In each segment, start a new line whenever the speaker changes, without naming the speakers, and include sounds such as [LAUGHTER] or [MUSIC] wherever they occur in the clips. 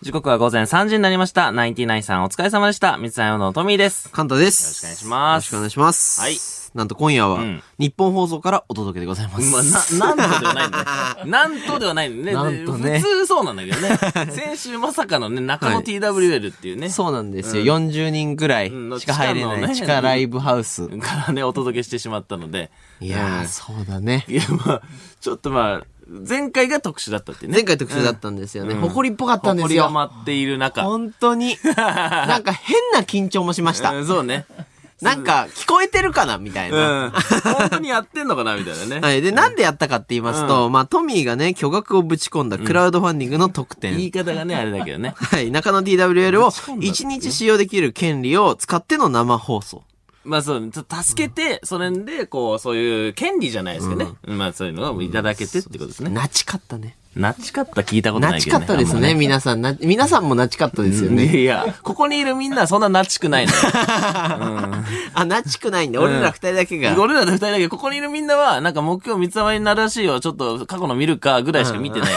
時刻は午前3時になりました。ナインティナインさんお疲れ様でした。三ツ矢のトミーです。
カンタです。
よろしくお願いします
よろしくお願いします。
はい。
なんと今夜は、
うん
日本放送からお届けでございます。
まあ、な、なんとではないんだね。なんとではないんだね。
な [LAUGHS] んとね
普通そうなんだけど
[LAUGHS]
ね。先週まさかのね、中
は
野
い
TWL っていうね。
[LAUGHS] そうなんですよ。
う
40人ぐらい
うん
しか入れない、
地下のね
地下ライブハウス。
からね、お届けしてしまったので。
いや
う
ー、
ん
そうだね。
いや、まあ、ちょっとまあ、前回が特殊だったっていうね。
前回特集だったんですよね。
うん
誇りっぽかったんです
誇りが
よ。
舞っている中。
本当
[LAUGHS]
に。なんか変な緊張もしました
う。んそうね。
なんか聞こえてるかなみたいうな。
ん。本当にやってんのかなみたいなね。
はい。で、なんでやったかって言いますと、まあ、トミーがね、巨額をぶち込んだクラウドファンディングの特典。
言い方がね、あれだけどね。
はい。中野 TWL を
ぶち込んだ
1日使用できる権利を使っての生放送。
まあそう、ちょっと助けて、それで、こう、そういう権利じゃないですけどね。まあそういうのをいただけてってことですね。
なちかったね。
なちかった聞いたことな
ないち
け
か
ど
っ
ね。
たですね、皆さん。な皆さんもなちかったですよ
あんまね。
ね。
いやいや、ここにいるみんなそんななちくないのよ。
あ、なちくないんで、俺ら二人だけが。
俺らの二人だけど、ここにいるみんなは、なんか目標三つまりになるらしいよ。ちょっと過去の見るかぐらいしか見て [LAUGHS] ない。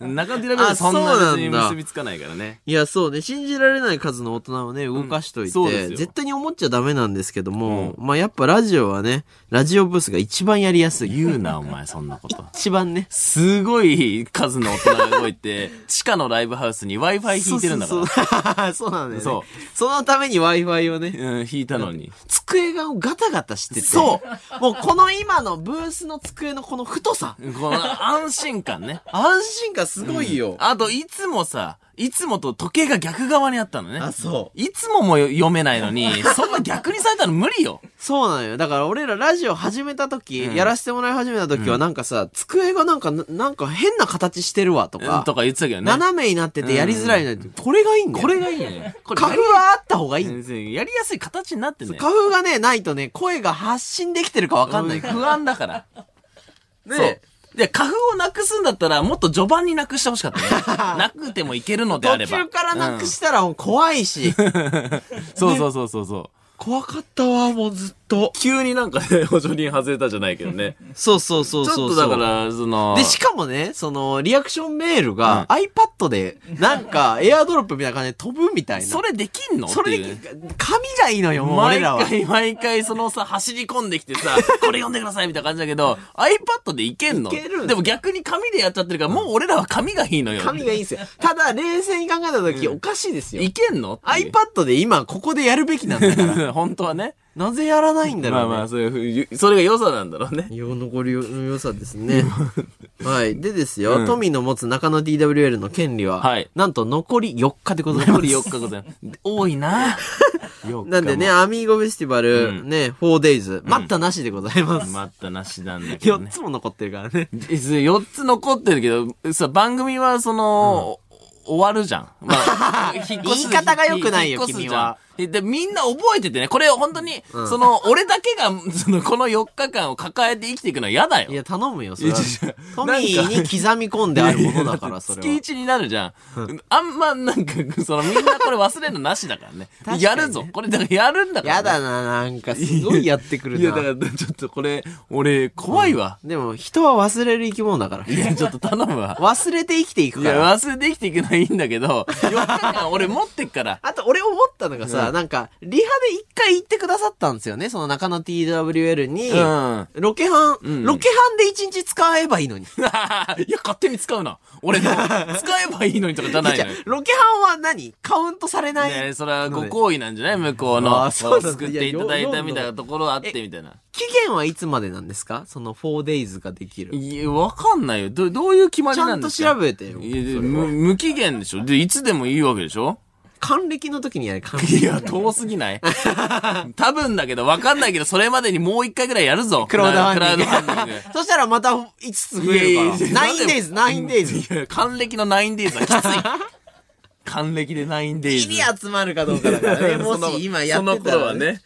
中身だけでそんな別に結びつかないからね。
いや、そうね。信じられない数の大人をね、動かしといて、
そうですよ
絶対に思っちゃダメなんですけども、まあやっぱラジオはね、ラジオブースが一番やりやすい。
言うな、お前、そんなこと。
一番ね。
すごい数の大人が動いて、地下のライブハウスに Wi-Fi 引いてるんだから。
ら。そう [LAUGHS] なんだよね。
そ
そのために Wi-Fi をね、
うん、引いたの [LAUGHS] に。
机がガタガタしてて。
そう
もうこの今のブースの机のこの太さ。
この安心感ね。
安心感すごいよ。
あと、いつもさ、いつもと時計が逆側にあったのね。
あ、そう。
いつもも読めないの [LAUGHS] に、そんな逆にされたの無理よ。
そうなのよ。だから俺らラジオ始めた時、やらせてもらい始めた時はなんかさ、机がなんか、ななんか変な形してるわと
う
か
ん、とか言ってたけどね。
斜めになっててやりづらいなって、これがいいんだよ。
これがいいね。これ
花粉はあった方がいい。
全然やりやすい形になってね。
花粉がね、ないとね、声が発信できてるかわかんないから。
不安だから。
ね
そう。 [LAUGHS] で、花粉をなくすんだったら、もっと序盤になくしてほしか [LAUGHS] ったね。なくてもいけるのであれ
途
ば。
中からなく
し、
したらもう怖いし。
そうそうそうそうそう。
怖かったわ、もうずっと。
急になんかね、補助人外れたじゃないけどね。
そうそうそう
ち
そうそ
ょっ
う。
とだから、その。
で、しかもね、その、リアクションメールが、iPad で、なん [LAUGHS] か、エアドロップみたいな感じで飛ぶみたいな。
それできんの
それ
って
で
いうね、
紙がいいのよ、もう俺
毎
らは。
回、毎回、そのさ、走り込んできて
[LAUGHS]
さ、これ読んでくださいみたいな感じだけど、iPad でいけんの
いける
でも逆に紙でやっちゃってるから、もう俺らは紙がいいのよ。
紙がいいんですよ。ただ、冷静に考えた時、おかしいですよ。
いけんの
iPad で今、ここでやるべきなんだから。
iPad [LAUGHS] 本当はね。
[LAUGHS] なぜやらないんだ
ま
ろ
あ
うね。
まあ、そういうふうに、それが良さなんだろうね。
世残りの良さです [LAUGHS] ね。はい。でですよ、
うん
トミーの持つ中野 DWL の権利は、
はい
なんと残り4日でございます。
残り4日ござい
[LAUGHS]
ます。多いな4日も
なんでね、。アミーゴフェスティバル、
うん
ね、4days、待ったなしでございます。
またなしなんだけど
4
ね。
つも残ってるからね。
えそれ4つ残ってるけど、さ、番組はその、お終わるじゃん。ま
[LAUGHS]
あ、引っ
言い方が良くないよ
引っ越すじゃん
君は
えで、みんな覚えててね、これ本当に、その、俺だけが、その、この4日間を抱えて生きていくのは嫌だよ。
いや、頼むよ、それは
やいやいや。
トミーに刻み込んであるものだから、それ
月
は。
一になるじゃん。あんま、なんか、その、みんなこれ忘れるのなしだからね。
かにね
やるぞ。これ、だからやるんだから、
やだな、なんか、すごいやってくる
いや、だか
な。
ら、ちょっとこれ、俺、怖いわ。
でも、人は忘れる生き物だから。
いや、ちょっと頼む
[LAUGHS]
わ。
忘れて生きていく
い
か
や、
ら。
忘れて生きていくのはいいんだけど、4日間俺持ってっから。
あと、俺思ったのがさ、なんか、リハで一回行ってくださったんですよね、その中野 TWL に。
うん。 [LAUGHS]
ロケハ
ん
ン、ロケハンで一日使えばいいのに。
いや、勝手に使うな。俺 [LAUGHS] の、使えばいいのにとかじゃないのよ。
じゃあロケハンは何カウントされない
ねそれはご好意なんじゃない向こうの。
あーそうなんだ
救っていただいたみたいなところあって
いや
みたいな。
期限はいつまでなんですかその 4days ができる。
いや、わかんないよ。ど、どういう決まり
ちゃ
なんん
と
ですか
調べてよ。
いやで
それは
無、無期限でしょで、いつでもいいわけでしょ
還暦の時にやれ、還暦。
[LAUGHS] いや、遠すぎない [LAUGHS] 多分だけど、わかんないけど、それまでにもう一回ぐらいやるぞ。
[LAUGHS] クラウドファンディング
クラウドファンディング
[LAUGHS] そしたらまた5つ増える
いや
から。
いやいや
[LAUGHS] 9 days、9 days。
いや還暦の 9days はき [LAUGHS] つい。還暦で 9days。 [LAUGHS]
日に集まるかどうかだからね。もし今やってたら、
その頃は。ね。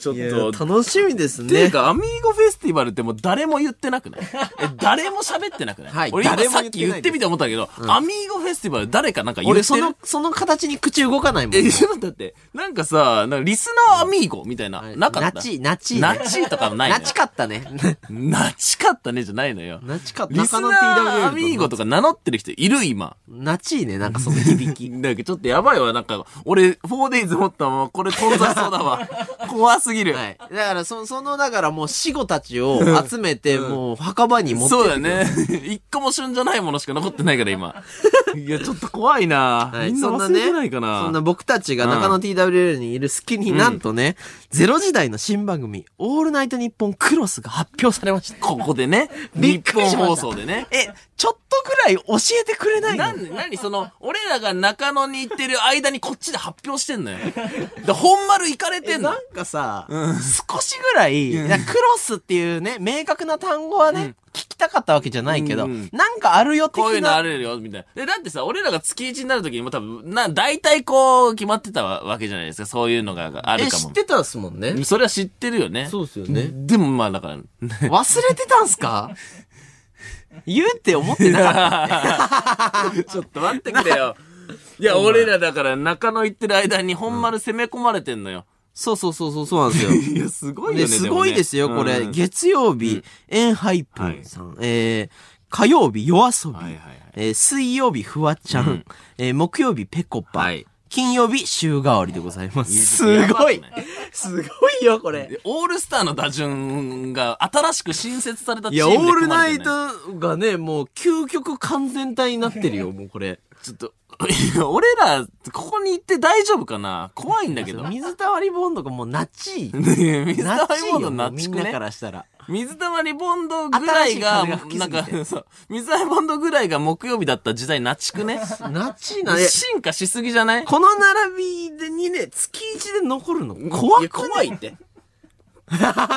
ちょっ
いや
と、
楽しみです
っていう
ね。
か、アミーゴフェスティバルってもう誰も言ってな
[LAUGHS]
くないえ、誰も喋ってなくない、
はい
俺今
誰も
さ
言
っ
ってないです
き言ってみて思ったけど、アミーゴフェスティバル誰かなんか言って
俺、
る
その、その形に口動かないもん。
え、だって、なんかさ、なんかリスナーアミーゴみたいな、なかった。
ナチ、ナチ。
ナチとかもないの
ナ
よ
チかったね。
ナチかったねじゃないのよ。
[LAUGHS] ナチかった。
リスナーアミーゴと
か。
か名乗ってる人いる今。
ナチいね、なんかその響き。
だけどちょっとやばいわ。なんか、俺、4days 持ったままこれ飛んざそうだわ。怖すぎる。
はい。だから、そ、その、だからもう死後たちを集めて、もう墓場に持って
そうだね。一個も旬じゃないものしか残ってないから今。 [LAUGHS] いや、ちょっと怖いな、
はい
みんな忘れてないかな
そんな僕たちが中野 TWL にいる隙に、なんとね、ゼロ時代の新番組、オールナイトニッポンクロスが発表されました。
ここでね。
び
日
っくり
本
しました
放送でね。
え、ちょっとくらい教えてくれないの
なんで、なにその、俺らが中野に行ってる間にこっちで発表してんのよ。で、本丸行かれて
え
んの
なんかさ、少しぐらい、いやクロスっていうね、明確な単語はね、聞きたかったわけじゃないけど、
うん
なんかあるよ的な。
こういうのあるよ、みたいな。で、だってさ、俺らが月一になるときにも多分、な、大体こう、決まってたわけじゃないですか。そういうのがある
え、
か
知っ
も。
てたっすもんね。
それは知ってるよね。
そうっすよね
でもまあ、だから、
忘れてたんす
[LAUGHS]
か言うって思ってなかった。
ちょっと待ってくれ [LAUGHS] よ。いや、俺らだから中野行ってる間に本丸攻め込まれてんのよ。
そうそうそうそう、そうなんです
[LAUGHS]
よ。
いや、すごいよね。
で、すごいですよ、
も
こ
ね
れ。
うん
月曜日、エンハイプンさん。えー、火曜日、夜遊び。
はいはいはい
えー水曜日、フワちゃん。
うん
えー木曜日、ペコパ。
はい
金曜日、週替わりでございます。
いや
す
ちょっと
ご
や
い
ばいね
すごいよ、これ。
でオールスターの打順が新しく新設された
い
チー
や、
ムで
オ
組
ール
ま
ナ
れ
イ
てんのよ
トがね、もう究極完全体になってる
[LAUGHS]
よ、もうこれ。
ちょっと、 [LAUGHS] いや俺ら、ここに行って大丈夫かな怖いんだ [LAUGHS] けど。ね
水溜りボンドがもうナチ
え水
ナ
溜
チ
りボ
よ
ンド
も
な
う
っ
み
ち
ん
く
なか
ね。
らしたら。
水溜りボンドぐらいが、
新しい風が吹き
な
す
ん
ぎて
か、そう。水溜りボンドぐらいが木曜日だった時代なっちくね。
ナチな、え
進化しすぎじゃない
この並びでにね、月一で残るの怖
い
くね
や怖いって。たま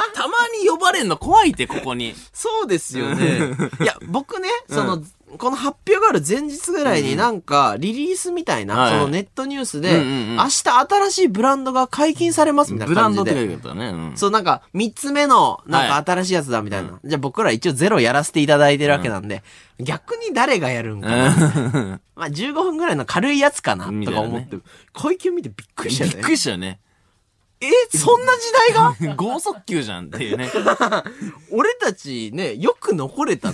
に呼ばれんの怖いって、ここに。
そうですよ
[LAUGHS]
ね。いや、僕ね、その、この発表がある前日ぐらいになんか、リリースみたいな、
はい
そのネットニュースで、
うんうんうん
明日新しいブランドが解禁されますみたい
ブ
な
ラ
感
ンド
じ
って書
で。
いてあったね。うん
そう、なんか、三つ目の、なん
は
か
い
新しいやつだみたいな。じゃあ僕ら一応ゼロやらせていただいてるわけなんで、逆に誰がやるんかな。まあ15分ぐらいの軽いやつかな、
みた
と
い
か
なね
思って、会見見てびっく
[LAUGHS] び
りしたよ
っ
ね
く。りしたよね。
え、そんな時代が
剛速球じゃんって [LAUGHS] いうね。
俺たちね、よく残れた
い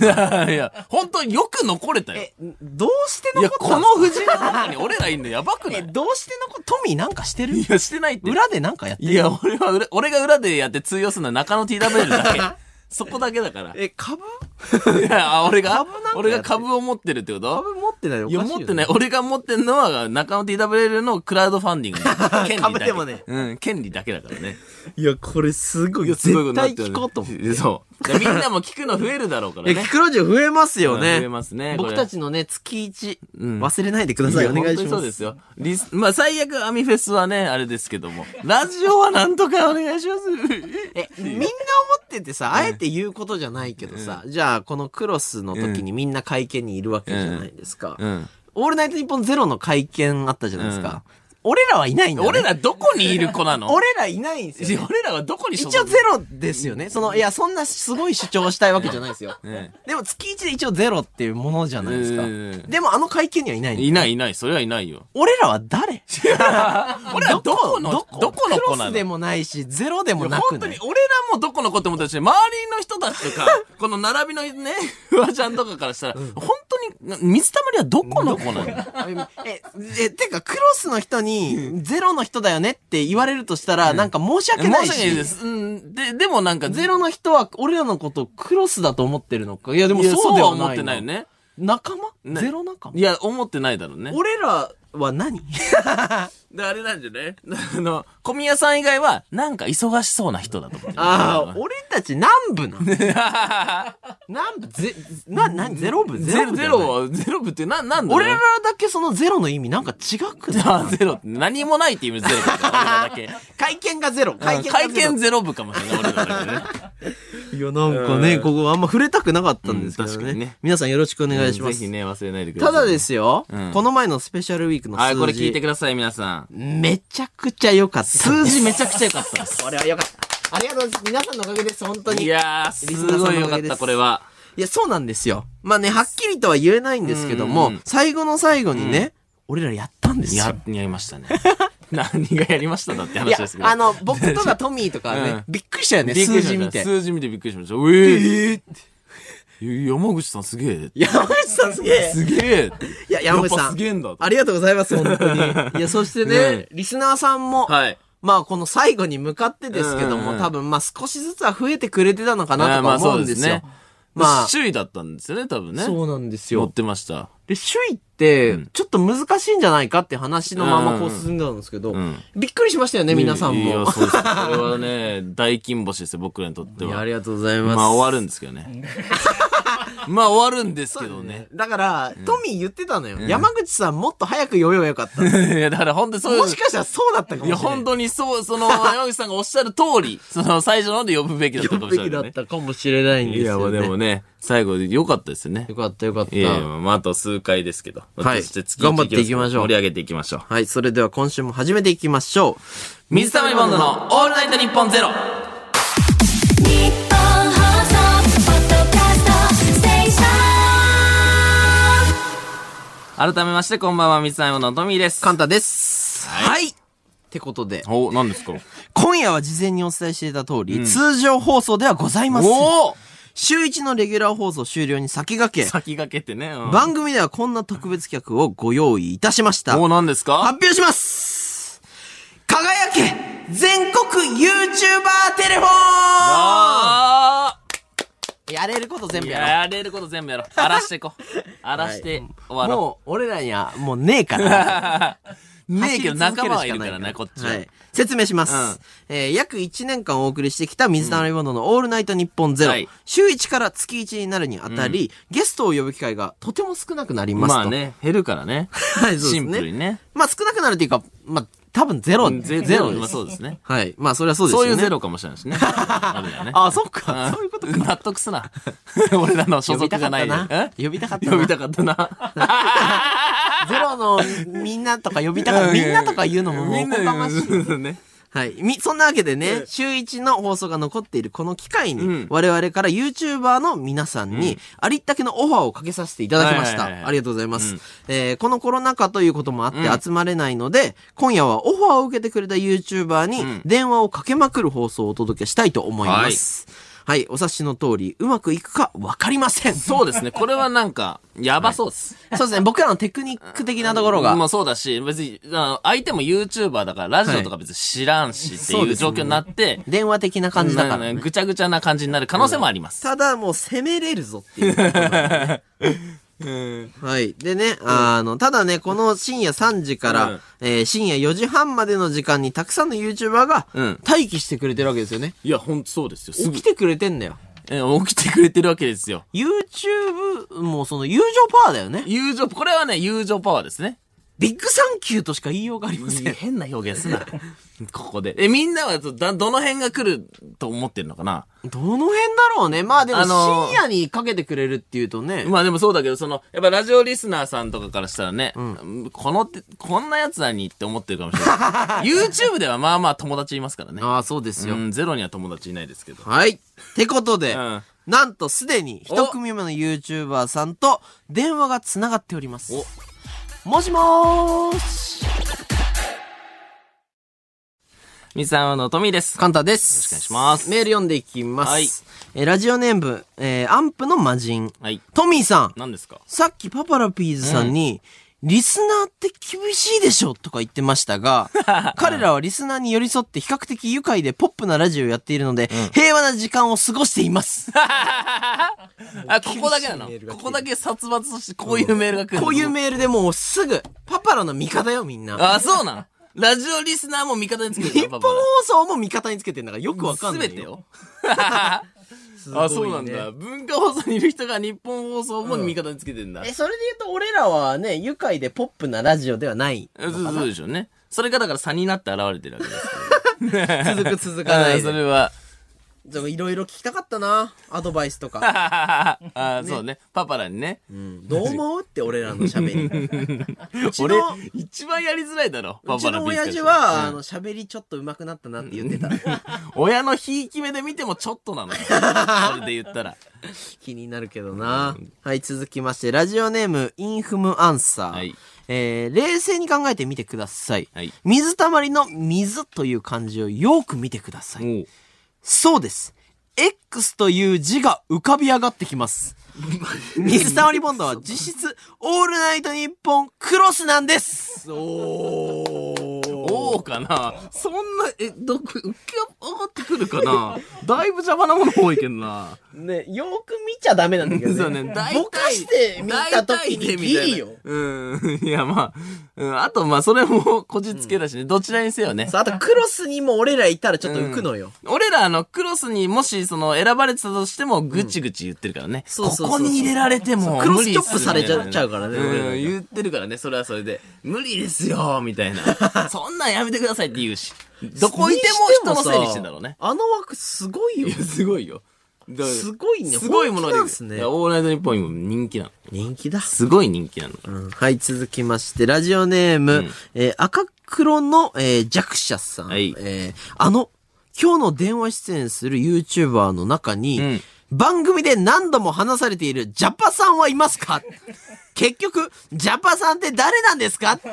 [LAUGHS]
な。
や、本当によく残れたよ。
え、どうして
い
残
や、
った
この藤井の中に俺らいんのやばくな
え、
い
どうしてのこ、トミーなんかしてる
いや、してないって。
裏でなんかやってる
いや、俺は裏、俺が裏でやって通用するのは中野 TWL だけ。
[LAUGHS]
そこだけだから。
え、株
いや、あ俺が
株なんかやっ、て
俺が株を持ってるってこと
株持ってないお
い
かしい
や、
よ、
持ってない。。俺が持ってんのは、中野 TWL のクラウドファンディングの権利だけ。
[LAUGHS] 株でもね
うん、権利だけだからね。
いや、これすごい。
すごいこ
絶
とに
対
なってる
聞
ね
こうと思って。
そう。でみんなも聞くの増えるだろうから
え、
ね。
聞くラジオ増えますよ
う
ね。
ん増えますねこれ
僕たちのね、月一、
ん
忘れないでください。
や
お願
本
いし
当に
ま。
そうですすよ。リス、まあ、最悪アミフェスはね、あれですけど
[LAUGHS]
も。ラジオはなんとかお願いします。
え、みんな思っててさ、あえて言うことじゃないけどさ、じゃあ、このクロスの時にみんな会見にいるわけじゃないですか。
うん。
オールナイトニッポンゼロの会見あったじゃないですか。俺らはいないんだよ、ね。
俺らどこにいる子なの
俺らいないんですよ、
い
ね
や。俺らはどこに所
一応
属
ゼロですよね。その、いや、そんなすごい主張をしたいわけじゃないですよ。
え
[LAUGHS] でも月1で一応ゼロっていうものじゃないですか。
ええ
でもあの会見にはいないんだ
いないいない、それはいない
[LAUGHS]
よ。
俺らは誰
[LAUGHS] 俺らどこの、
ど
ど
こ
この子
ク
な
ロス
のい
で
や
もないし、ゼロでもなく
本当
な
に
い
俺らもどこの子って思ったし、周りの人たちと
[LAUGHS]
か、この並びのね、 [LAUGHS] フワちゃんとかからしたら、本当に、水溜りはどこの子なの
[LAUGHS] え、え、てか、クロスの人に、ゼロの人だよねって言われるとしたら、なんか申し訳
申し
ない
訳
し。
ないです。うん。で、でもなんか、
ゼロの人は、俺らのことをクロスだと思ってるのか。いや、でも
いや
そうで
は
は
思っ
ない
てないよ。ね。
仲間、
ね
ゼロ仲間
いや、思ってないだろうね。
俺らは何
で、あれなんじゃね [LAUGHS] あの、小宮さん以外は、なんか忙しそうな人だと思ってる。
ああ、俺たち南
[LAUGHS]
部なの南部、ぜ、な、な、ゼロ部
ゼロ、
部じ
ゼ
ゃない
ロは、ゼロ部ってな、なんだろう
俺
ね
らだけそのゼロの意味なんか違くない
あゼロって何もないって意味
[LAUGHS]
ゼロだから、俺らだけ。
会見がゼロ。会見がゼロ。
会見ゼロ部かもしれない、俺らだけね。
いや、なんかね、
うん
ここあんま触れたくなかったんですけ
うん
ど
確か
ね。
にね
皆さんよろしくお願いしま
ぜ
す。
ひね、忘れないでくださ
た
い。
だですよ、
うん
この前のスペシャルウィークの数字。
はい、これ聞いてください、皆さん。
めちゃくちゃ良かった。
数字めちゃくちゃ良かったです。
[LAUGHS] これは良かった。ありがとうございます。皆さんのおかげです、本当に。
い
いや、
やー、
リ
す
スナーさん
ご
のおかげ
い
です
良かった、これは。
そうなんですよ。まあね、はっきりとは言えないんですけども、
うんうん
最後の最後にね、俺らやったんですよ。
や、やりましたね。 [LAUGHS] 何がやりましただって
い
話
や
ですけ、ど。
あの、僕とかトミーとかはね、
[LAUGHS] うん
びっくりしたよね、
びっくり
数
しました
字見て。
数字見てびっくりしました。え
えー、
ー、山口さんすげえ。
山口さんすげえ。
すげえ。
いや、山口
やっ
さ
ぱす
ん
げ。えんだ。
ありがとうございます、本
[LAUGHS]
当に。いや、そしてね、
ね
リスナーさんも、
はい。
まあ、この最後に向かってですけど
うんうん
も、
うん
多分、まあ、少しずつは増えてくれてたのかな
あー
と
ま
か
あそ
思
う
うん
で
ですすよ
ね。ま
ま
あ、
あ、
首位だったんですよね、多分ね。
そうなんです
乗っ
よ。
てました。
で、首位って
うん、
ちょっと難しいんじゃないかって話のままこ
う
うん
うん
進んでたんですけど
う、ん。
びっくりしましたよね、皆さん
いや、
も。
そうです。これはね、大金星ですよ、僕らにとって
いや、あ
は。
りがとうございます。
まあ、終わるんですけど
[LAUGHS]
ね。まあ、終わるんですけどね。
だから、トミー言ってたのよ。山口さんもっと早く酔えばよかった。
[LAUGHS] いや、だから本当にそういう。
もしかしたらそうだったかもし
い
れ
や、
ない。
本当にそう、そ
[LAUGHS]
の、山口さんがおっしゃる通り、その、最初の方で呼ぶべきだったかもし
べ
れ
き
な
だ
い、
っ
ね。
たかもしれないんで
い
す
や、ま
よ
あ
ね。
でもね、最後良かったですよね。
よかったよかった。
いやいや、まあ、あと数回ですけど。
はい
そして月
頑張っていきましょう
盛り上げていきましょう。
はい、それでは今週も始めていきましょう。
水溜りボンドのオールナイトニッポンゼロ。
日本放送ポッドキャストステーショ
改めまして、こんばんは、水溜りボンドのトミーです。
カンタです。はい。ってことで、
お、何ですか
今夜は事前にお伝えしていた通り、通常放送ではございません。
おお
週一のレギュラー放送終了に先駆け、
先駆けてね。うん
番組ではこんな特別企画をご用意いたしました。
お、何ですか
発表します輝け全国 YouTuber テレフォ
あ
ンやれること全
ー
部
い
や
や
ろう。
やれること全部や
[LAUGHS]
ろう。荒らしていこう。荒らして終わろ
もう、俺らには、もうねえから。
[LAUGHS] う。ねえけど仲間はいるから
走
ね、
り
こっちは。
続けるしかないはい。説明します。
うん
えー約1年間お送りしてきた水溜りボンドのオールナイト日本ゼロ。
はい
週1から月1になるにあたり、ゲストを呼ぶ機会がとても少なくなりますと。
まあ。ね、減るからね。
はい、 [LAUGHS] そうで
シ
す
ン
ね。
プルにね。
まあ少なくなるというか、まあ多分ゼロ、
ゼ
ゼ
ゼ
ロ
ロ、
で
まあ
す。
そうですね。
はい。まあそれはそうですよ
そう
ね。
いうゼロかもしれないしね。
[LAUGHS]
あるよね。
あ、そっか。そういうことか。
納得すな。 [LAUGHS] 俺らの所属がないで。
[LAUGHS]
え
呼びたかった
呼
な
び。たかったな。
ゼロのみんなとか呼びたかった。 [LAUGHS] みんなとか言うのももうおこがましい。
い。ね。
はい。み、そんなわけでね、週一の放送が残っているこの機会に、
うん
我々から YouTuber の皆さんに、ありったけのオファーをかけさせていただきまし
はいはい
た。
はいはい
ありがとうございます、
うん
えーこのコロナ禍ということもあって集まれないので、今夜はオファーを受けてくれた YouTuber に
ん、
電話をかけまくる放送をお届けしたいと思います。はい、お察しの通り、うまくいくかわかりませ
[LAUGHS]
ん。
そうですね。これはなんか、やばそうです。
そうですね、 [LAUGHS] 僕らのテクニック的なところが。
もうそうだし、別に、あの相手も YouTuber だから、ラジオとか別に知らんしって
そう
いう
です
状況になって、
電話的な感じだから、ね
なんかぐちゃぐちゃな感じになる可能性もあります。
ただもう攻めれるぞっていう、はい。でね、あの、ただね、この深夜3時から、
うん
えー深夜4時半までの時間にたくさんの YouTuber が
うん
待機してくれてるわけですよね。
いや、ほんとそうですよ。す
起
ぐ
き、てくれてんだよ。
え起きてくれてるわけですよ。
YouTube もその友情パワーだよね。
友情、これはね、友情パワーですね。
ビッグサンキューとしか言いようがありません。
変な表現すな。 [LAUGHS] ここで。え、みんなはど、だどの辺が来ると思ってるのかな
どの辺だろうね。まあでも
あのー
深夜にかけてくれるっていうとね。
まあでもそうだけど、その、やっぱラジオリスナーさんとかからしたらね、このて、こんなやつらにって思ってるかもしれない。YouTube
[LAUGHS]
ではまあまあ友達いますからね。
ああ、そうですよ。
うん、ゼロには友達いないですけど。
はい。ってことで、
うん
なんとすでに一組目の YouTuber さんと電話がつながっております。もしもーし
みさんのトミーです。
カンタです。
よろしくお願いします
メール読んでいきます。
はい
えーラジオネーム、えーアンプの魔人。
はい。
トミーさん、
何ですか
さっきパパラピーズさんに、リスナーって厳しいでしょとか言ってましたが、彼らはリスナーに寄り添って比較的愉快でポップなラジオをやっているので、平和な時間を過ごしています。
あ、ここだけなの
厳しいメールが
こ
来てる
こだけ殺伐として、こういうメールが来るの
こういうメールでもうすぐ、パパラの味方よみんな。
あ、そうなのラジオリスナーも味方につけて
日
る
本
の
放送も味方につけてんだからよくわかんない
すべて
[LAUGHS]
よ。
すごいね
あ、そうなんだ。文化放送にいる人が日本放送も味方につけてんだ。
え、それで言うと俺らはね、愉快でポップなラジオで
[LAUGHS]
はない。
えそうそうでしょうね。それがだから差になって現れてるわけです。
続く続かない
そ
で。
れは。
そういろいろ聞きたかったな。アドバイス
[LAUGHS]
とか。
[LAUGHS] あーそうね。パパらにね。
どう思うって俺らの喋り。 [LAUGHS] う
[LAUGHS]
ち
俺
の、、
一番やりづらいだろ、
う
パ
ち
パら
の
ビーチ
親
カッ
父
シュ
は、あの、喋りちょっと上手くなったなって言ってた。
[LAUGHS] 親のひいき目で見てもちょっとなのよ。それで言ったら。
気になるけどな。はい、続きまして、ラジオネーム、インフムアンサー。
はい
えー、冷静に考えてみてください。
はい
水たまりの水という漢字をよーく見てください。
もう。
そうです。X という字が浮かび上がってき [LAUGHS] ます。水溜りボンドは実質、オールナイトニッポンクロスなんですお
おうかなそんな、え、どこ、浮き上がってくるかなだいぶ邪魔なもの多いけどな。
ね、よく見ちゃダメなんだけ
そ
ど
う
ね。
ね、大体
ぼかして見た時にギリよ。。
大体でみたいなうん。いや、まあ、うん。あと、まあ、それもこじつけだしね。どちらにせよね。
そう、あとクロスにも俺らいたらちょっと浮くのよ。
俺ら、あの、クロスにもし、その、選ばれてたとしても、ぐちぐち言ってるからね。
そうそうそうそう
ここに入れられても、
そう
無理っすね
クロスチョップされちゃっちゃうからね俺らが
うん、言ってるからね、それはそれで。無理ですよ、みたい
[LAUGHS]
な。そんなんやめてくださいって言うし。どこいても人のせいにしてんだろうね。
あの枠すごいよ
いや、。すごいよ。だから
すごいね。
すごいもの
本気なん
ですす
ね
ね。いやオールナイトニッポン今人気なの。
人気だ。
すごい人気なの。
うんはい、続きまして、ラジオネーム、えー赤黒の、えー弱者さん。
はい
えーあの、今日の電話出演する YouTuber の中に、
ん
番組で何度も話されているジャパさんはいます
[LAUGHS]
か結局、ジャパさんって誰なんですか覚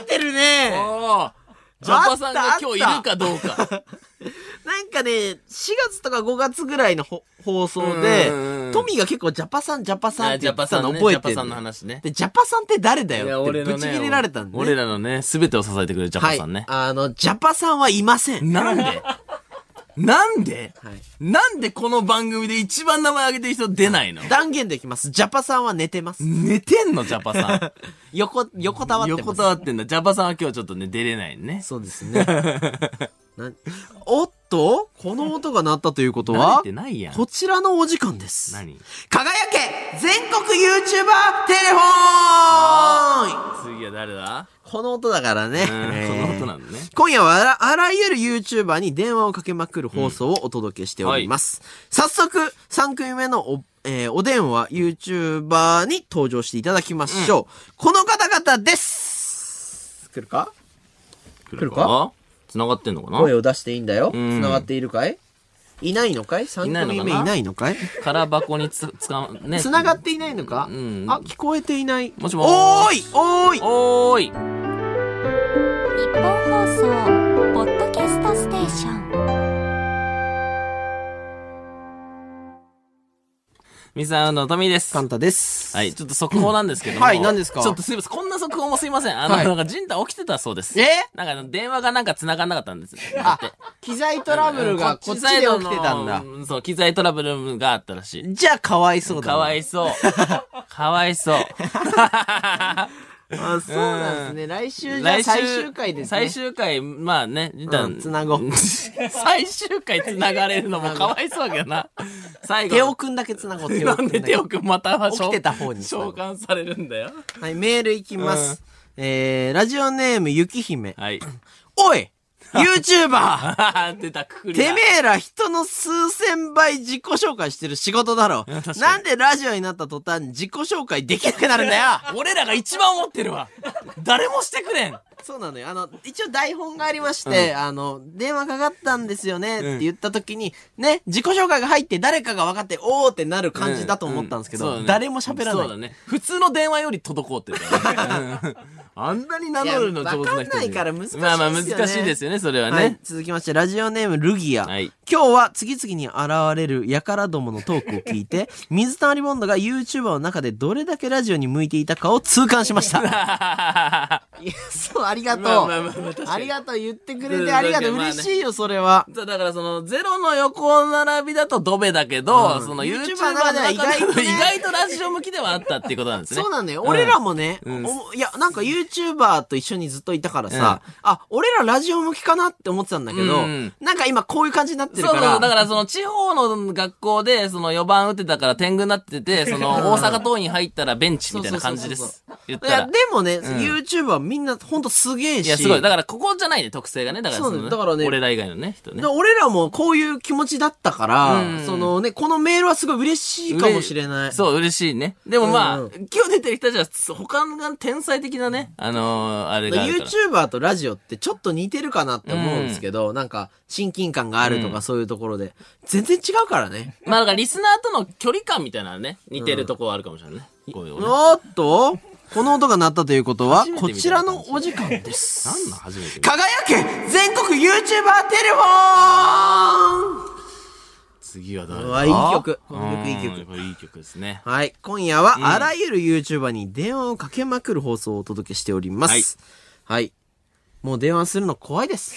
えてる
[LAUGHS]
ね。
ああジャパさんが今日いるかどうか。
なんかね、4月とか5月ぐらいのほ放送で
うんうんう、ん
トミーが結構ジャパさん、ジャパさん
あ
って
ジ
言
ャ
って
パ
た
さん
の
の、ね、
覚
ジ
え
ャ
て
パ
る。
さんの話ね。
で、ジャパさんって誰だ
いや
よって
俺の
ぶ
ね
ち切れられたんで、ね。
俺らのね、すべてを支えてくれるジャパさんね。
はい、あの、ジャパさんはいません。
なんでなんで、
はい
なんでこの番組で一番名前挙げてる人出ないの
断言できます。ジャパさんは寝てます。
寝てんの、ジャパさ
横、横たわっ
ん。
てま
横
す。
たわってんだ。ジャパさんは今日ちょっとね、出れないね。
そうですね。なおっとこの音が鳴ったということ
慣れ
は
て、ないやん。
こちらのお時間です。
何
輝け全国 YouTuber テレフォーン
次は誰だ
この音だからね。
う
え
ん、
ー
この音なのね。
今夜はあらあらゆる YouTuber に電話をかけまくる放送をお届けしております。早速、3組目のお,、えーお電話 YouTuber に登場していただきましょう。この方々です来るか
来
るか
繋がってんのかな
声を出していいんだよ。
うん
繋がっているかいいないのかい ?3
いないの
組
かな
目いないのかい
[LAUGHS] 空箱につ、つか、ね。
繋がっていないのか、
うん
あ、聞こえていない。
もしもーし
おーいおーい
おーい。
日本放送ポッドキャストステーション
ミサウンドのトミーです
カ。ンタです。
はい、。ちょっと速報なんですけども。
はい何ですか
ちょっとすいません、こんな速報もすいません。あの、
はい
なんか、ジンタ起きてたそうです。
え
なんかあの、電話がなんか繋がんなかったんです。
あ、機材トラブルがこっちで起きてたんだ。
だ。そう、機材トラブルがあったらしい。
じゃあ、かわいそうだな。
かわいそう。かわいそう。
あ、そうなんですね。来週 [LAUGHS] じゃあ
来週、
最終回です
最
ね。
終回、まあね、ジンタ
うん、つなごう。
[LAUGHS] 最終回繋がれるのもかわいそうだけどな。最後。
手尾くんだけつなごう。手尾
な
くん
ん
だ
で
け
手。をくんまたは
起きてた方に
召喚されるんだよ。
はい、メールいきます。えー、ラジオネームゆきひめ。
はい。
お [LAUGHS] い
[LAUGHS]
!YouTuber!
出たくくりだ。
[LAUGHS] てめえら人の数千倍自己紹介してる仕事だろ
うん確か。に
なんでラジオになった途端自己紹介できなくなるんだよ
俺らが一番思ってるわ。誰もしてくれん。
そうなのよ。あの、一応台本がありまして、あの、電話かかったんですよねって言った時に、ね、自己紹介が入って誰かが分かって、おーってなる感じだと思ったんですけど、
ううそうだね
誰も喋らな
そ
いう
だ。ね。普通の電話より滞ってるから
[LAUGHS]
ね。あんなに名乗るの上手な人
いやわかんないから難しいですよね
まあまあ難しいですよね、それはね。
はい、続きまして、ラジオネーム、ルギア。
はい
今日は次々に現れるやからどものトークを聞い [LAUGHS] て、水溜りボンドが YouTuber の中でどれだけラジオに向いていたかを痛感しました。いや、そう、ありがとう。
まあまあまあまあ確かに
ありがとう、言ってくれてありがとう。
うん
嬉しいよ、それは。
[LAUGHS] そうだからその、ゼロの横並びだとドベだけど、その
YouTuber
YouTuber
の
の中
中で
で
は
は
意
意
外と
外
ね
と、意外とラジオ向きではあったっていうことなんですね。
そうなのよ。
ん
俺らもね、
ん
おいや、なんか YouTuber と一緒にずっといたからさ、あ、俺らラジオ向きかなって思ってたんだけど、
うん
なんか今こういう感じになってる
そ
か
う
ら。
そう、だからその地方の学校で、その4番打ってたから天狗にな
[LAUGHS]
ってて、その大阪桐蔭入ったらベンチみたいな感じで
そうそう
す。言っ
い
た
や、
ら
で。もね、
ん
YouTuber はみんなほんとすげえし。
いや、すごい。だ
だか
から、ここじゃないね、特性がね。だから
そう
の
だからね
俺ら以外のね、人ね。
ら俺らもこういう気持ちだったから、
うん
そのね、このメールはすごい嬉しいかもしれない。
そう、嬉しいね。でもまあ、
うんうん
今日出てる人たちは、他が天才的なね、あのーあれがあるから。
YouTuber とラジオってちょっと似てるかなって思うんですけど、なんか親近感があるとかそういうところで、全然違うからね。
まあ、だからリスナーとの距離感みたいなのね、似てるとこはあるかもしれないね。こういうね。
おーっと、この音が鳴ったということは
初、めて
こ
見た
ちらのお時間です。
なんなん初めて見た
輝け全国 YouTuber テレフォ
次は
ン
誰
う
だ
わ、いい曲。こ
う
の曲いい
ん
曲。
これいい曲ですね。
はい。今夜は、あらゆる YouTuber に電話をかけまくる放送をお届けしております。はい。もう電話するの怖いです。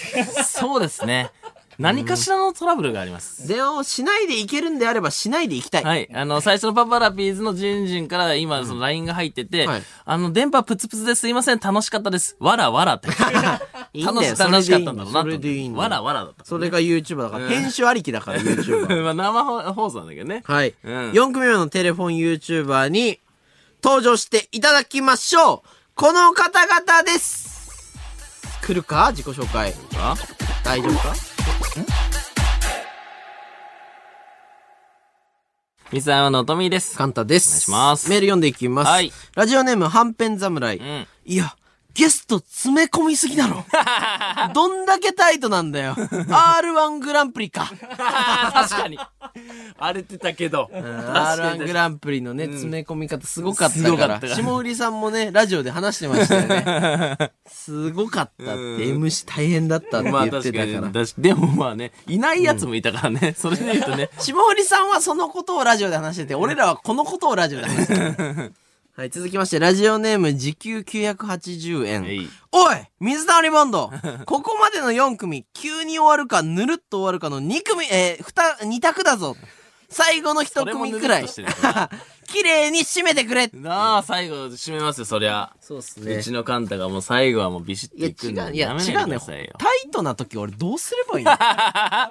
そうですね。何かしらのトラブルがあります。
電話をしないでいけるんであれば、しないでいきたい。
はい。あの、最初のパパラピーズのジンジンから今、その LINE が入ってて、
はい
あの、電波プツプツですいません、楽しかったです。わらわらって。
[LAUGHS] いいんだよ
楽し
それ
楽し
で
か
い
っ
い
た
の
んだろうなと思って。
それでいいの
わらわらだった。
それが YouTuber だから、編集ありきだから、YouTuber。
[LAUGHS] まあ、生放送なんだけどね。
はい。
うん
4組目のテレフォン YouTuber に登場していただきましょうこの方々です来るか自己紹介。
あ
大丈夫か
ミサヤのトミーです。 [LAUGHS]
カンタで
お
す。
願いします
メール読んでいきます。
はい
ラジオネーム、はんぺん侍。
ん
いや、ゲスト詰め込みすぎ
[LAUGHS]
だろ。どんだけタイトなんだよ。R1 グランプリか。
確かに。荒れてたけど。
R1 グランプリのね、詰め込み方すごかった
すごかっ
から。
たから
下売りさんもね、ラジオで話してましたよね。
[LAUGHS]
すごかったって、MC 大変だったって
まあ
言って
確か
た
に。
から。
だしでもまあね、いないやつもいたからね。それで言うとね。
下売りさんはそのことをラジオで話してて、俺らはこのことをラジオで話してた。
[LAUGHS]
はい、続きまして、ラジオネーム時給980
えい
円。おい水溜りボンドここまでの4組、急に終わるか、ぬるっと終わるかの2組、えー、2、2択だぞ最後の
そ
1
れも
組
ぬる
く
っ
らい
として、るから
[LAUGHS] 綺麗に締めてくれ
なあ、最後、締めますよ、そりゃ。
そうっす
うちのカンタがもう最後はもうビシッ
いや
とい
違
くんだ
う、いや
やめ
違
な
う
いで
ね。
くださいよ。
タイトな時俺どうすれ
[LAUGHS]
ばいいの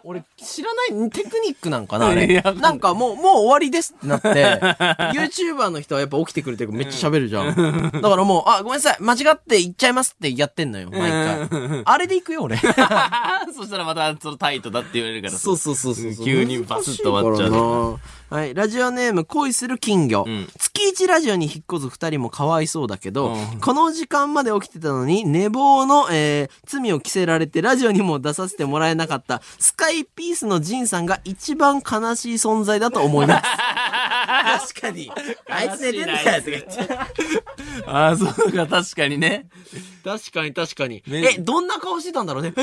俺知らない、テクニックなんかなあ
い
れ
や。
なんかもう、もう終わりですって [LAUGHS] なって、YouTuber の人はやっぱ起きてくれてるからめっちゃ喋るじゃん。だからもう、あ、ごめんなさい、間違って行っちゃいますってやってんのよ、毎回。あれで行くよ、俺。
[LAUGHS] そしたらまた、そのタイトだって言われるから。
そうそうそうそう。
急にバスッと終わっちゃう
難しいからなはい、ラジオネーム恋する金魚。
ん
月一ラジオに引っ越す二人もかわいそうだけど、
うん
この時間まで起きてたのに、寝坊の、えー罪を着せられてラジオにも出させてもらえなかった、スカイピースのジンさんが一番悲しい存在だと思
[LAUGHS]
います。確かに。あいつ寝てんだよとか言って。
ああ、そうか、確かにね。
確かに確かに。
ね
え、どんな顔してたんだろうね。え、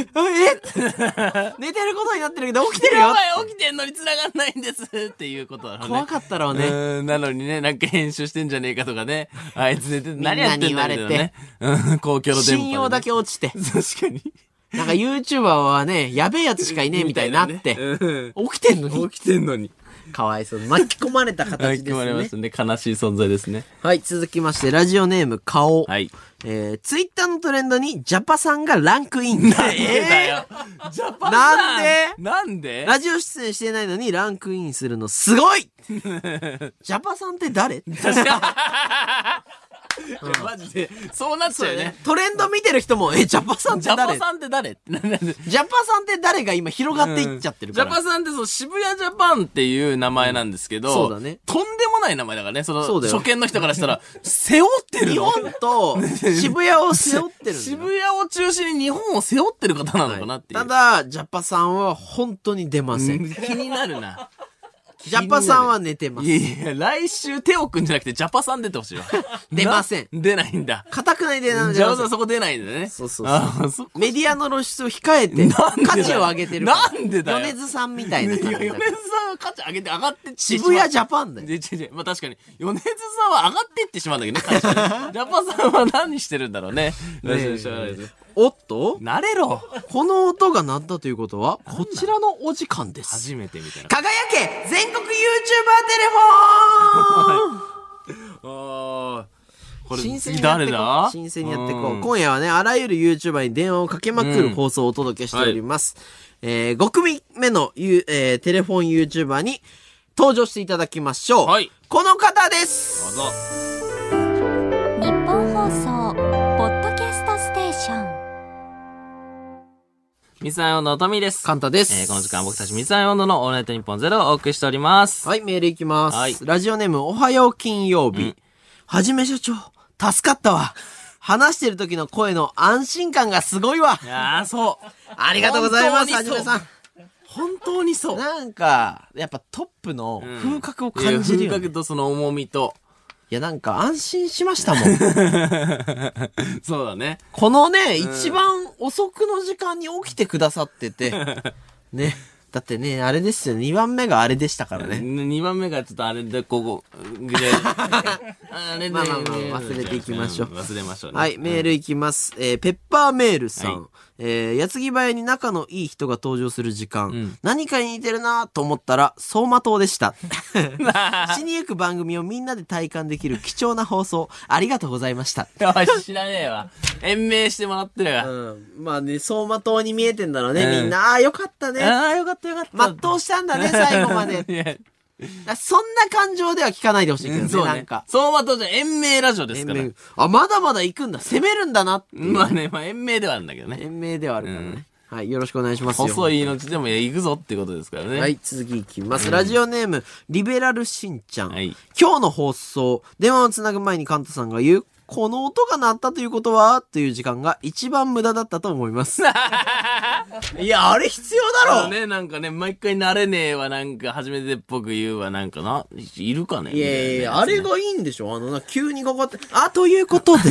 [LAUGHS]
え、え寝てることになってるけど起きてる
[LAUGHS] や
よ
ば。い、起きてんのに繋がんないんですっていうことだろうね。
怖かったろうね。
うんなのにね、なんか編集してんじゃねえかとかね。あいつ寝て、 [LAUGHS] 何やってんだみたいなね。うん、公共の電波、
信用だ。け落ちて。
確 [LAUGHS] かに。
なんか YouTuber はね、やべえやつしかいねえみたいにな
[LAUGHS]
って。
うん
起きてんのに。
起きてんのに。
かわいそう。巻き込まれた
はい、
形で
決まり
す
ま
ね
し。たね。悲しい存在ですね。
はい、続きまして、ラジオネーム、顔。
はい。
えー、ツイッターのトレンドに、ジャパさんがランクイン。
だ
え
よ。ジャパン
なんで
なんで [LAUGHS]
ーラジオ出演してないのにランクインするのすごいジャパさんって誰
マジで、そうなっちゃうよね。
トレンド見てる人も、え、ジャパさんっ
ジ
て
ャパ
誰
さんって誰ってなんで
ジャパさんって誰が今広がっていっちゃってる
ジ
か
ャ
ら。
パさんってその渋谷ジャパンっていう名前なんですけど、
うんそうだね
とんでもない名前だからね、その
そうだよ
初見の人からしたら、背負ってる
日
の
本と渋谷を背負ってるんだよ
渋谷を中心に日本を背負ってる方なのかなっていう。
ただ、ジャパさんは本当に出ませ。
うんん気になるな。
ジャパさんは寝 [LAUGHS] てま
い
す。
やいや、来週手を組んじゃなくてジャパさん出てほしいわ。
[LAUGHS] 出ません
な出ないんだ。
かたくないでなん
ジ
じ
ャ
ゃ
パさんそこ出ないんだね。
そうそうそう
あーそ
メディアの露出を控えて、
なんでだ
価
よ
値を上げてるから。
なんでだよ
米津さんみたい
いや
な
米
感じ
津さ
だ
ん
から。
は価値上げて上がってってしまう
渋谷ジャパンだよ。
で、違う違う。まあ確かに、米津さんは上がっていってしまうんだけどね、会社ね
[LAUGHS]
ジャパさんは何してるんだろうね。来週しょうがないです
おっと
なれろ
この音が鳴ったということは、こちらのお時間です。
初めてみたいな。
輝け全国 YouTuber テレフォン
あーこ
新鮮に
次
やっ
誰
てこ
だ
う新鮮にやってこう。
ん
今夜はね、あらゆる YouTuber に電話をかけまくる放送をお届けしております。えー、5組目の、ゆえー、テレフォン YouTuber に登場していただきましょう。
はい
この方です
どうぞ
日本放送ポッドキャスト
三沢用のトミーです。
カンタです。
えー、この時間は僕たち三沢用のオールナイトニッポンゼロをお送りしております。
はい、メールいきます。
はい
ラジオネーム、おはよう金曜日。はじめ所長、助かったわ。話してる時の声の安心感がすごいわ
い。やー、そう。
ありがとうございます、は
本
じ
当に
め
そう
さん。
本当にそう。
なんか、やっぱトップの風格を感じる
いや
よ、
風
ねい
格とその重みと。
や、なんか安心しましたも
[LAUGHS]
ん。
そうだね。
このね、一番遅くの時間に起きてくださっ
[LAUGHS]
てて。ね。だってね、あれですよ。2番目があれでしたからね。
2番目がちょっとあれで、ここ、ぐらい。あれで、
まあまあまあ忘れていきましょうん
忘れましょうね。
はい、メールいきます。えーペッパーメールさん。
はい
えー、矢継ぎ早に仲のいい人が登場する時間。
ん
何かに似てるなと思ったら、走馬灯で
[LAUGHS]
した。死にゆく番組をみんなで体感できる貴重な放送、ありがとうございました。
おい知らねえわ。延命してもらってるわ。
うん、まあね、走馬灯に見えてんだろうね、
うん
みんな。ああ、よかったね。
ああ、よかったよかった。
全うした
[LAUGHS]
んだね、最後まで。
いや
あそんな感情では聞かないでほしいけどね、
そう
な
ね
んか。。
相馬とじゃ延命ラジオですから。
延命あ、まだまだ行くんだ。攻めるんだなっていう。
まあね、まあ延命ではあるんだけどね。
延命ではあるからね。はい、よろしくお願いしますよ。
細い命でも行くぞってことですからね。
はい、続きいきます。ラジオネーム、リベラルしんちゃん。
はい
今日の放送、電話をつなぐ前にカンタさんが言う、この音が鳴ったということは、という時間が一番無駄だったと思
[LAUGHS]
います。いや、あれ必要だ
あ
ろ
のね、なんかね、毎回慣れねえはなんか、初めてっぽく言うはなんかな、いるかね
いやいやいや、あ
みたい
れがいいんでしょあの、な急にかかって、あ、というこ
[LAUGHS]
とで、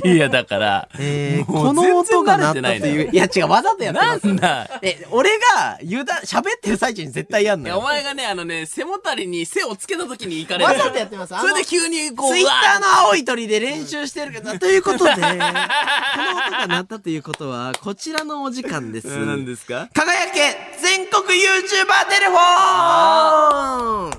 なやつねいや、だから、
え
も
ーこ
う
の
全然
音が鳴
慣れて
った
な
と
いな
いう、いや違う、わざとやって
な
ます。
んだ
え、俺が、油断、喋ってる最中に絶対やん
い
の
や、お
よ。
前がね、あのね、背もたれに背をつけた時に行かれる。
わざとやってます。あ
そ
の
れで急にこう、
ツイッター
う
の青い鳥で練習してるけど、とい
[LAUGHS]
うことで、この音が鳴ったということは、こちらのお時間です。
わー何ですか
輝け全国 YouTuber テレフォンは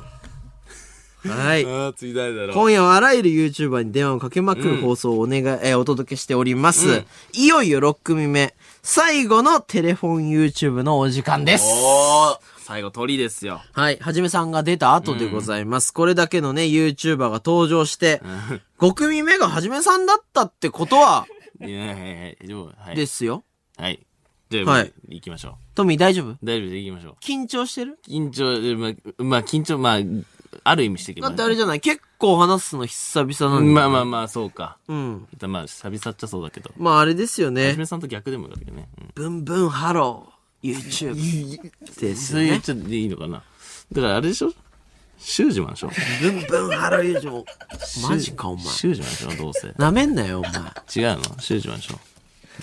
あ
い。
ー、ついたいだろう。
今夜はあらゆる YouTuber に電話をかけまくる放送をお願い、えーお届けしております、いよいよ6組目、最後のテレフォン YouTube のお時間です。
おー、最後鳥ですよ。
はい。はじめさんが出た後でございます。これだけのね、YouTuber が登場して、5組目がはじめさんだったってことは、
いやいやいや、大丈夫。はい。
ですよ。
はい。じゃあ、
はい
行きましょ
トミー大丈夫
う。大丈夫です、行きましょう。
緊張してる
緊張、まあ、まあ、緊張、まあ、ある意味していけ
だ
ば
っ
ね
てあれじゃない結構話すの久々なんで。
まあまあまあ、そうか。
うん。
まあ、久々っちゃそうだけど。
まああれですよ
はじ
ね。
めさんと逆でもよかったけどね。うん
ブンブンハロー、YouTube です
そ
よ
れ言っ
ね。
ちゃっていいのかな。だからあれでしょシュージマンでしょ
ブンブンハロー YouTube。マジかお前。
シュージマンでしょどうせ。違う
なめんなよお前。
のシュージマンでしょ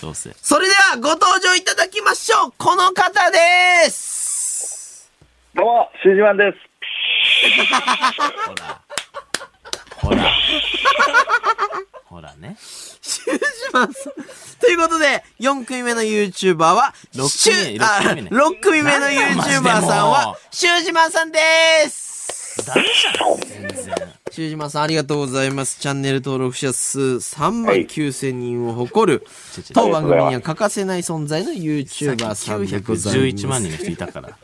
どうせ。
[LAUGHS] それではご登場いただきましょうこの方です
どうも、シージマンです。
ほら。ほらね。
シュージマンさん。ということで、4組目の YouTuber は、
六
シ
組目
ュ
六
あ
組目ね
6組目の YouTuber さ
なんだ
ん
マジでも
は
う、
シュージマンさんです
ダメじゃん全然。
シュージマンさんありがとうございます。チャンネル登録者数3万9千人を誇る、
ちょちょ
当番組には欠かせない存在の YouTuber さんでございます。
911万人の人いたから。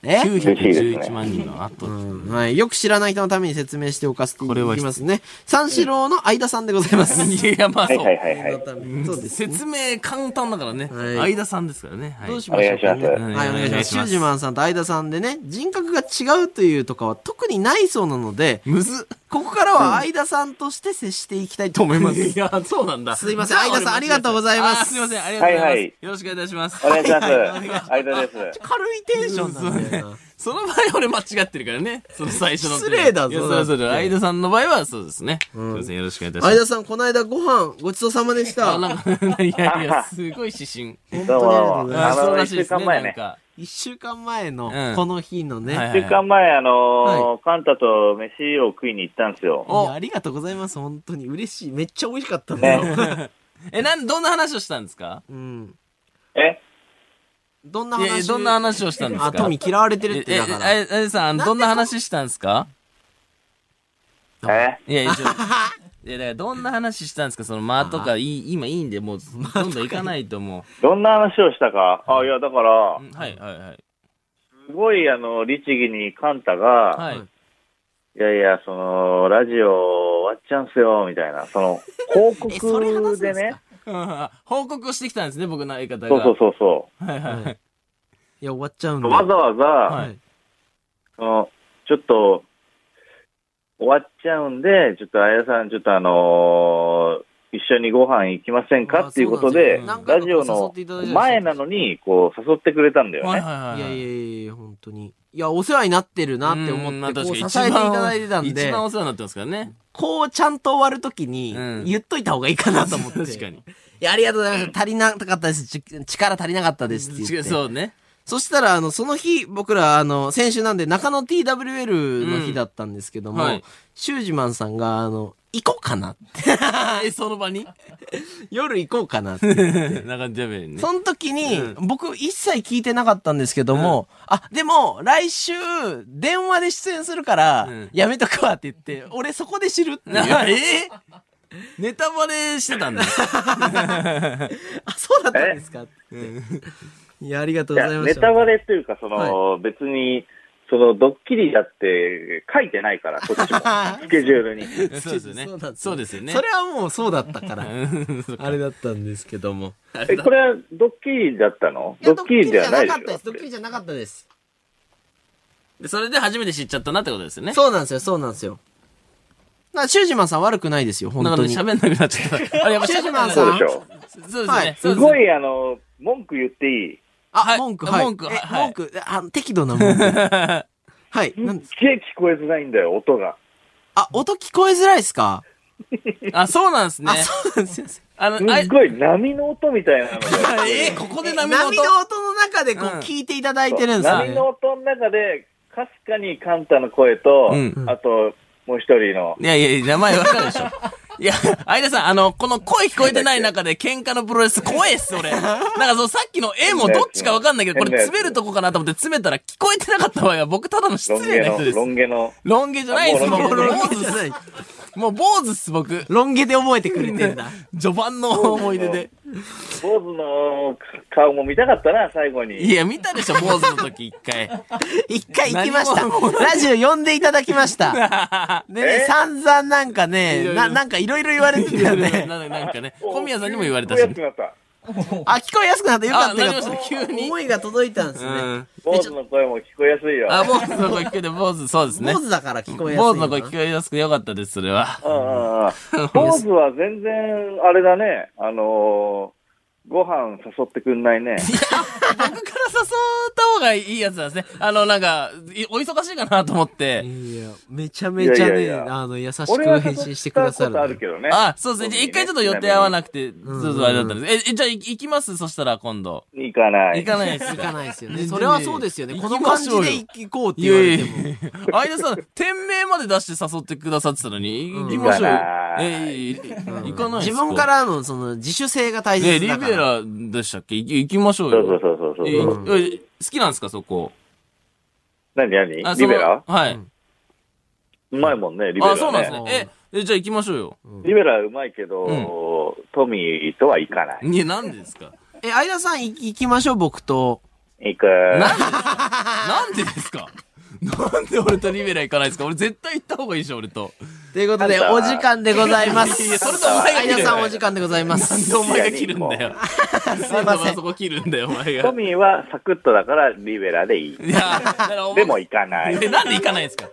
え
911万人の後。
はい。よく知らない人のために説明しておかせてい
こ
た
れは
だ
必
き
要
ますね。三四郎の相田さんでございます。
いや、まあそ
は
う。
いはいはいはい。
そうです。
説明簡単だからね。
はい
相田さんですからね。はい
どうし
お
ましょう
願いしま
か
す。
ねはい、お願いします。シュージマンさんと相田さんでね、人格が違うというとかは特にないそうなので、
むずっ。
ここからは相田さんとして接していきたいと [LAUGHS] 思います。
いや、そうなんだ。
すいません
じゃ
相田さん
俺
ありがとうございます
あすいません、ありがとうございます。
はいはい
よろしくお願いいたします。
お願いしま。
ははお願いします
相田です。
軽いテンションなんだよな。
その場合俺間違ってるからね。その最初の。
失礼だぞ
いやそうそうそう。相田さんの場合はそうですね。すいません、よろしくお願いいたします。
相田さん、この間ご飯ごちそうさまでした。
あ、なんか、いやいや、すごい指針。
本
どう
当
も。
に
あ
あ
そう
の、
ら
一
しいで
週
す
間
ね、
前
なん
ね。
か。
一週間前
う
の
ん
この日のね、
はいはい
一週間前、あのー、カンタと飯を食いに行ったんですよ。
いやありがとうございます。本当に嬉しい。めっちゃ美味しかったんだよ。
ね。
え、なん、どんな話をしたんですか
うん。
え
どんない
やいや
話
どんな話をしたんですか
あ、トミー嫌われてるっ
え、
て
え、
だか
相
ら。
田さん、
で
どんな話したんですか
え
いやいや、ちょいや、だからどんな話したんですかその間とか、いい、今いいんで、もう、どんどん行かないとも
どんな話をしたかあ、いや、だから
う。う、んはい、はい、はい。
すごい、あの、律儀にカンタが、
はい。
いやいや、その、ラジオ終わっちゃうんすよ、みたいな。その、報
え、それ話す
告
んで
ですね
か、
うん報告をしてきたんですね、僕の相方が。
そうそうそうそ
はいはい。
いや、終わっちゃうん
う。
で。
わざわざ、
はい
そのちょっと、終わっちゃうんで、ちょっと、あやさん、ちょっとあのー一緒にご飯行きません
あ
かっていうこと
そう
で
なん、
ですよ
ラジオ
何回かこう誘って
の
いただいてたんですよ
前なのに、こう、誘ってくれたんだよ
はい
ね。
はいはい。
いやいやいやいや、本当に。いや、お世話になってるなって思
うんま
っ
あ
て、
確
こ
か
う
に
支えていただいてたん
一
で
番、お世話になってますからね。
こうちゃんと終わるときに
うん、
言っといた方がいいかなと思って。
[LAUGHS] 確かに。
いや、ありがとうございます。足りなかったです。ち力足りなかったですって言って。
そうね。
そしたら、あの、その日、僕ら、あの、先週なんで、中野 TWL の日だったんですけども、
うんはい
シュージマンさんが、あの、行こう
[LAUGHS]
かなって。
え、その場に
夜行こうかなって。
[LAUGHS] 中ジャベリね。
その時に、僕一切聞いてなかったんですけども、あ、でも、来週、電話で出演するから、
うん
やめとくわって言
[LAUGHS]
って、俺そこで知るっていう。 [LAUGHS]
なえネタバレして [LAUGHS] たんだ。
あ、そうだったんですかって。いや、ありがとう
い
ござい
や、
ま
ネ
した。
タバレというか、その、別に、その、ドッキリだって書いてないから、こっ
[LAUGHS]
ちも。スケジュールに。
そうですよね
そうなん。です
そうですよね。
それはもうそうだったから、あれだったんですけども。
え、これはドッキリだったの
い
ド
や
ッキリではない
ドッキリじゃな
でし
かったです。ド
ょ
ッキリじゃなかったです。
でそれで初めて知っちゃったなってことですよね。
そうなんですよ、そうなんですよ。な、シュージマンさん悪くないですよ、本
なの
当
で
に。
喋んなくなっちゃった。 [LAUGHS] あ、やっぱ喋んなくなっち
そ
ゃ
う
っ
でしょ
たそうです
は
ね
い。
そうですね
すごい、あの、文句言っていい。
あ、
はい
文句、
あ
はい。
文句
え
はい
文句、あ、適度な文
[LAUGHS]
句。はい。
すっ
なんです
げえ聞こえづらいんだよ、音が。
あ、音聞こえづらいですか
あ、そうなんですね
あ、。そうなんですよ。
あの、
す
あ
っごい波の音みたいなの
[LAUGHS]
が。
えー、ここで波の
波
音
の音の中でこ
う
う
ん
聞いていただいてるんですよ
波
ね。
の音の中で、かすかにカンタの声と、
うん
あと、もう一人の。
いやいやいや、名前わかるでしょ。いや、相田さん、あの、この声聞こえてない中で喧嘩のプロレス怖いっす、
[LAUGHS]
俺。なんかそのさっきの絵もどっちかわかんないけど、これ詰めるとこかなと思って詰めたら聞こえてなかった場合は僕ただの失
ロン毛
礼な人で
の、
す
ロ。ン毛の。
ロン毛じゃないです、
あも
も
う
う
ロン毛
坊主っす。もう坊主っす、僕。
ロン毛で覚えてくれてんだ。
序盤の思い出で。
坊主の顔も見たかったな、最後に。
いや、見たでしょ、坊主の時一回。
一回行きました。
何も
ラジオ呼んでいただきました。でね、散々なんか
いや
ね、
いや
な、なんかいろいろ言われてた
[LAUGHS]
よね。
ななんかね、
お
小宮さんにも言われたし
す。ごい熱くなった
あ、聞こえやすくなったよかったよか
あなりま
っ。
したたね急に
思いが届いたんです
う
ね。
ん。
坊主の声も聞こえやすいよ。
あ、坊主の声聞こえて、坊主、そうですね
坊。主だから聞こえやすい。
坊主の声聞こえやすくてよかったです、それは。
うんうんうん坊主は全然、あれだね、あのー、ご飯誘ってくんないね。
僕から誘った方がいいやつなんですね。あの、なんか、いお忙しいかなと思って。
いや、めちゃめちゃ
いやい
ね、
やいや
あの、優し
俺は
く返
誘っ
信してくださ
たことあ
る
る
ね。
けどね。
あ、そうですね。じゃあ一回ちょっと予定合わなくて、ち
ん
ょっとあれだったんです。え、えじゃあい行きますそしたら今度。
行かない。
行かないです
行か
か。
ないですよ
いや
ね。
いや
それはそうですよね。
行
こ
き
の
ま
感
し
じ
ょうよ
で行こうって
い
言わ
やいや
れ
い
て
や
も。。
相田さん、店名まで出して誘ってくださってたのに、行きましょう
行
よ
か。ない
え、いやいや行かないです
自分か。らのその自主性が大
ね
切
リ
だ
ベ
か
ラ
ら。。
でしたっけ行き行きましょう
そうそう
よ。
そうそうそう。
えいえ好きなんですかそこ。
何何
あそ
リ
の
ベラ
はいう
うまいもんね、リベラ、ね。
あ、そうなんです
ね
ね。え、えじゃあ行きましょうよ。
リベラうまいけど、トミーとは行かない。
いや、なんでですか
え、相田さんい行きましょう、僕と。
行く。
なんでですかなんで俺とリベラ行かないですか俺絶対行った方がいいでしょ、俺と。
ということで、
なんだ
お時間でございます。
いやそれとお前が
相田さんお時間でございま
なん
す
で。お前が切るん
[LAUGHS]
だよ。なんでお
ませ
前
ん
そこ切るんだよ、お前が
ト。ミーはサクッとだからリベラでいい。
いや、だからお前
でも行かない。
えなんで行かないんですか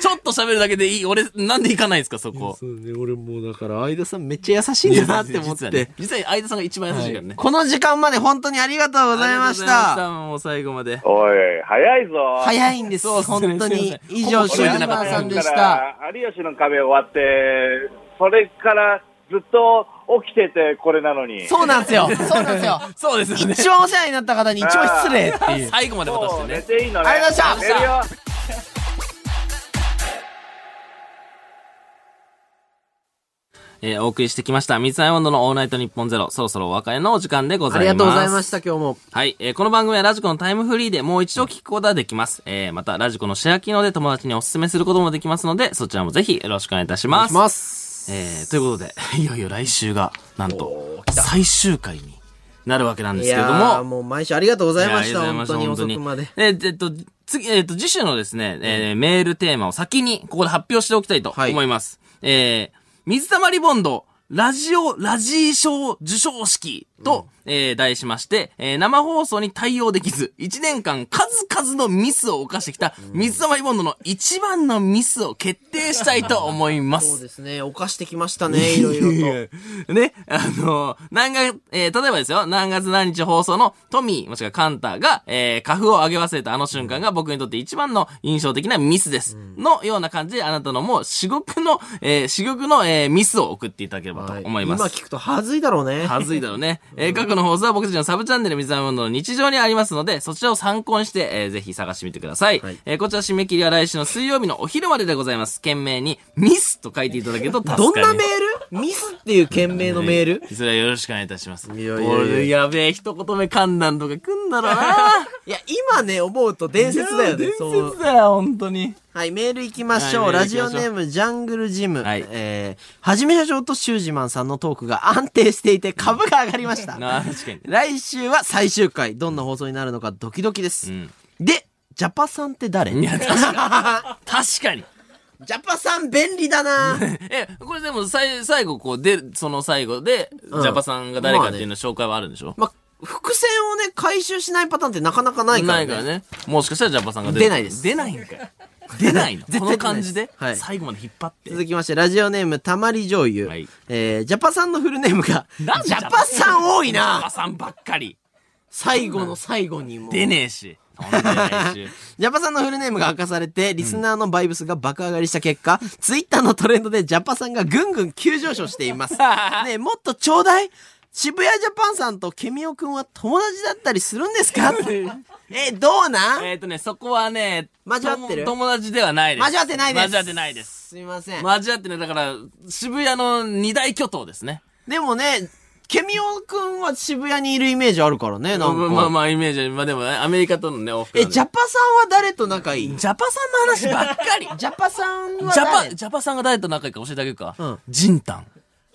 ちょっと喋るだけでいい。俺、なんで行かないんですか、そこ。
そうね、俺もうだから、相田さんめっちゃ優しいんだなって思っ
実は
て
ね。。実際、相田さんが一番優しいからね。
この時間まで本当にありがとう
ご
ございまし。
ざいましたたもう最後まで。
おい、早いぞ。
早いんです、
そうっすね
本当
すい
に
ま。せん
以上、
ここ
シュージマンさんでした。。
有吉の壁終わって、それからずっと起きててこれなのに。
そうなんですよ。そうなんです [LAUGHS] よ。
そうですよね。
一番お世話になった方に一番失礼ってい
[LAUGHS]
う。
最後まで渡し
もう
て
寝
ね。
ていいのね。
ありがとうございました
寝るよ。
えーお送りしてきました。三沢温度のオールナイトニッポンゼロ。そろそろお別れのお時間でござ
あ
います。
りがとうございました、今日も。
はい、えーこの番組はラジコのタイムフリーでもう一度聞くことができます。えーまたラジコのシェア機能で友達におすすめすることもできますので、そちらもぜひよろしくお願いいたします。
ます。
えーということで、 [LAUGHS] いよいよ来週が、なんと、最終回になるわけなんで
い
すけれど
やー
も、
もう毎週ありがとうございまし
いや
た、
あり
本
がと
当
うござ
に
いました
遅くまで。
えーえっと、次、えっと、次週のですね、えーメールテーマを先にここで発表しておきたいと
はい
思います。えー水溜りボンド、ラジオ、ラジー賞受賞式と、えー題しまして、えー生放送に対応できず、1年間数々のミスを犯してきた、水溜りボンドの一番のミスを決定したいと思いま
そう
す。
ですね。犯してきましたね、いろいろ
い
と。
やね、あの何月、えー例えばですよ、何月何日放送のトミー、もしくはカンタが、えー、花粉を上げ忘れたあの瞬間が僕にとって一番の印象的なミスです。のような感じで、あなたのもう、至極の、えー至極の、えーミスを送っていただければと思います。
今聞くとはずいだろうね。
はずいだろう
[LAUGHS]
ね。えー過去の放送は僕たちのサブチャンネル水溜りボンドの日常にありますので、そちらを参考にして、えーぜひ探してみてください。
はい
えーこちら締め切りは来週の水曜日のお昼まででございます。懸命に、ミスと書いていただけると助かりま
ど
す。
んなメールミスっていう件名のメール
それはよろしくお願いいたします。
いやいやいや
俺、やべえ、一言目噛んだんとか来んだろうな。
いや、今ね、思うと伝説だよね。
伝
そう
説だよ、本当に。
はい、メール行きましょう。
はいメー
ラ
ル行き
ジ
ましょ
オ
う
ネーム、ジャングルジム。
はい
えー、はじめ社長とシュージマンさんのトークが安定していて株が上がりました。
なあ、確かに。
来週は最終回。どんな放送になるのかドキドキです。
うん
で、ジャパさんって誰
いや、確かに。確かに。
[LAUGHS] ジャパさん便利だ
[LAUGHS]
な
え、これでも、さい最後、こう、で、その最後で、
うん
ジャパさんが誰かっていうの紹介はあるんでしょ、
ま、伏線をね、回収しないパターンってなかなかないから
な
ね。
いからね。もしかしたらジャパさんが出る
出ないです
出ないんかい。出ないの。
[LAUGHS] 絶対
この感じで
出ないですは
最後まで引っ張って。
続きまして、ラジオネーム、たまり醤油。
はい
えー、ジャパさんのフルネームが、
なんで
ジャパさん多い
ジャ
な
パさんばっかり。
最後の最後にもう。
出ねえし。ほんとに来週
ジャパさんのフルネームが明かされて、リスナーのバイブスが爆上がりした
[LAUGHS]
結果、ツイッターのトレンドでジャパさんがぐんぐん急上昇してい
[LAUGHS]
ます。ねえ、もっとちょうだい渋谷ジャパンさんとケミオくんは友達だったりするんですか [LAUGHS] え、どうなん
えっとね、そこはね、
交わってる
とも友達ではないです。
交わってないです。
交わってないです。。
すいません。
[LAUGHS] 交わってね、だから、渋谷の二大巨頭ですね。
でもね、ケミオくんは渋谷にいるイメージあるからね、なんか。
まあまあ、イメージは、まあでもね、アメリカとのね、往復
え、
なんで
ジャパさんは誰と仲いい
ジャパさんの話ばっ [LAUGHS] かり。
ジャパさんは
ジャパ、
誰
ジャパさんが誰と仲いいか教えてあげるか。
うん
ジンタン。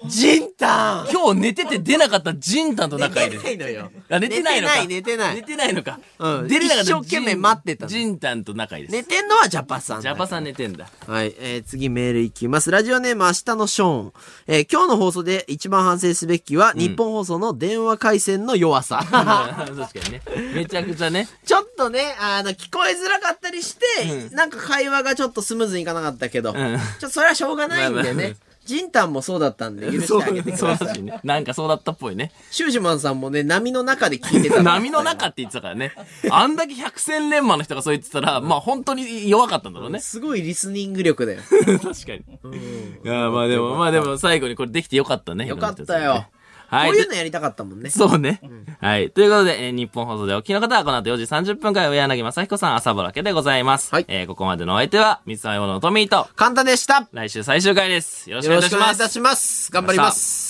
ジンタン
今日寝てて出なかったジンタンと
寝
仲いい
て
です
な。いのよ。
あ、寝てないのか。
寝てない、寝て
寝
な
てな
い。
いのか。
うん
出れなかった
一生懸命待ってたの
ジンタンと仲いいです。
寝てんのはジャパさんだ。
ジャパさん寝て
[LAUGHS]
んだ。
はい、えー、次メールいきます。ラジオネーム明日のショーン。えー、今日の放送で一番反省すべきは、日本放送の電話回線の弱さ。
[LAUGHS] 確かにね。めちゃくちゃね。
ちょっとね、あの、聞こえづらかったりして、なんか会話がちょっとスムーズにいかなかったけど、
ん
ちょっとそれはしょうがないんだよ
まあまあ
ね。ジンタンもそうだったんで許してあげてく
そうら
ださい。
しいね。なんかそうだったっぽいね。
シュージマンさんもね、波の中で聞いて
[LAUGHS]
た。
波の中って言ってたからね。あんだけ百戦錬磨の人がそう言ってたら、まあ本当に弱かったんだろうね。
すごいリスニング力だよ。
確かに。いや、まあでも、まあでも最後にこれできてよかったね。
よかったよ。
はい。
こういうのやりたかったもんね。
そうね。はい。ということで、えー日本放送でお聞きの方は、この後4時30分から、上柳正彦さん、朝ぼらけでございます。
はい
えーここまでのお相手は、三つ葉用のトミーと、
簡単でした。
来週最終回です。よろしくお
よ
願い
ろ
いたし
しくお願
ま
いいた
す。
します。頑張ります。